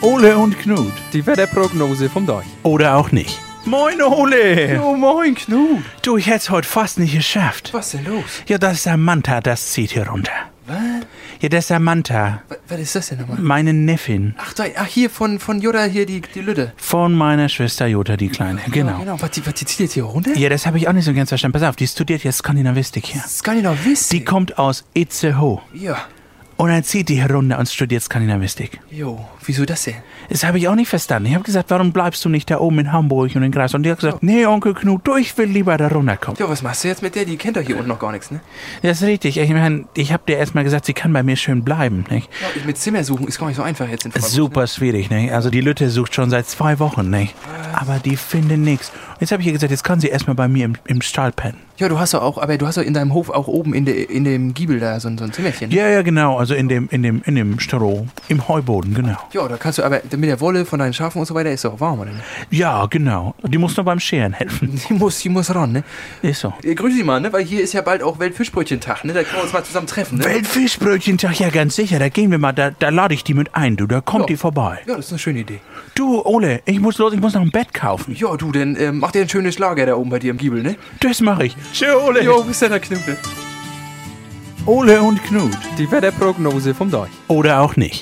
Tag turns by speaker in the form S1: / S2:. S1: Ole und Knut.
S2: Die Wetterprognose vom Deich.
S1: Oder auch nicht. Moin Ole!
S2: Oh moin, Knut.
S1: Du, ich hätt's heute fast nicht geschafft.
S2: Was ist denn los?
S1: Ja, das ist der Manta, das zieht hier runter.
S2: Was?
S1: Ja, das ist der Manta,
S2: Was, was ist das denn nochmal?
S1: meine Neffin
S2: Ach, da, ach hier von, von Yoda hier die, die Lütte.
S1: von meiner Schwester Jota, die Kleine.
S2: Ja,
S1: Genau.
S2: genau. Was, die, was die zieht jetzt hier runter?
S1: Ja, das habe ich auch nicht so ganz verstanden. Pass auf, die studiert jetzt Skandinavistik hier.
S2: Das kann ich noch wissen.
S1: Die kommt aus Itzehoe.
S2: ja.
S1: Und dann zieht die herunter und studiert Skandinavistik.
S2: Jo, wieso das denn?
S1: Das habe ich auch nicht verstanden. Ich habe gesagt, warum bleibst du nicht da oben in Hamburg und in Graz? Und die hat gesagt, nee, Onkel Knut, du, ich will lieber da runterkommen.
S2: Ja, was machst du jetzt mit der? Die kennt doch hier unten noch gar nichts, ne?
S1: Das ist richtig. Ich meine, ich habe dir erstmal gesagt, sie kann bei mir schön bleiben. Nicht?
S2: Ja, Also ich mit Zimmer suchen ist gar nicht so einfach jetzt in Freiburg.
S1: Super schwierig, nicht? Also die Lütte sucht schon seit zwei Wochen, nicht? Aber die findet nichts. Jetzt habe ich ihr gesagt, jetzt kann sie erstmal bei mir im, im Stall pennen.
S2: Ja, du hast doch auch, aber du hast doch in deinem Hof auch oben in, de, in dem Giebel da so, ein- so ein Zimmerchen. ne?
S1: Ja, ja, genau. Also in dem, in dem, in dem Stroh, im Heuboden, genau.
S2: Ja, da kannst du aber mit der Wolle von deinen Schafen und so weiter ist doch warm, oder nicht?
S1: Ja, genau. Die muss noch beim Scheren helfen.
S2: Die muss, die muss ran, ne?
S1: Ist so.
S2: Äh, Grüß Sie mal, ne? Weil hier ist ja bald auch Weltfischbrötchentag, ne? Da können wir uns mal zusammen treffen, ne?
S1: Weltfischbrötchentag, ja ganz sicher. Da gehen wir mal, da, da lade ich die mit ein, du. Da kommt
S2: Ja.
S1: die vorbei.
S2: Ja, das ist eine schöne Idee.
S1: Du, Ole, ich muss los, ich muss noch ein Bett kaufen.
S2: Ja, du, dann ähm, mach dir einen schönen Schlager da oben bei dir im Giebel, ne?
S1: Das mache ich. Tschö, Ole.
S2: Jo, bis dann, Herr Knüppel.
S1: Ole und Knut.
S2: Die Wetterprognose vom Deich.
S1: Oder auch nicht.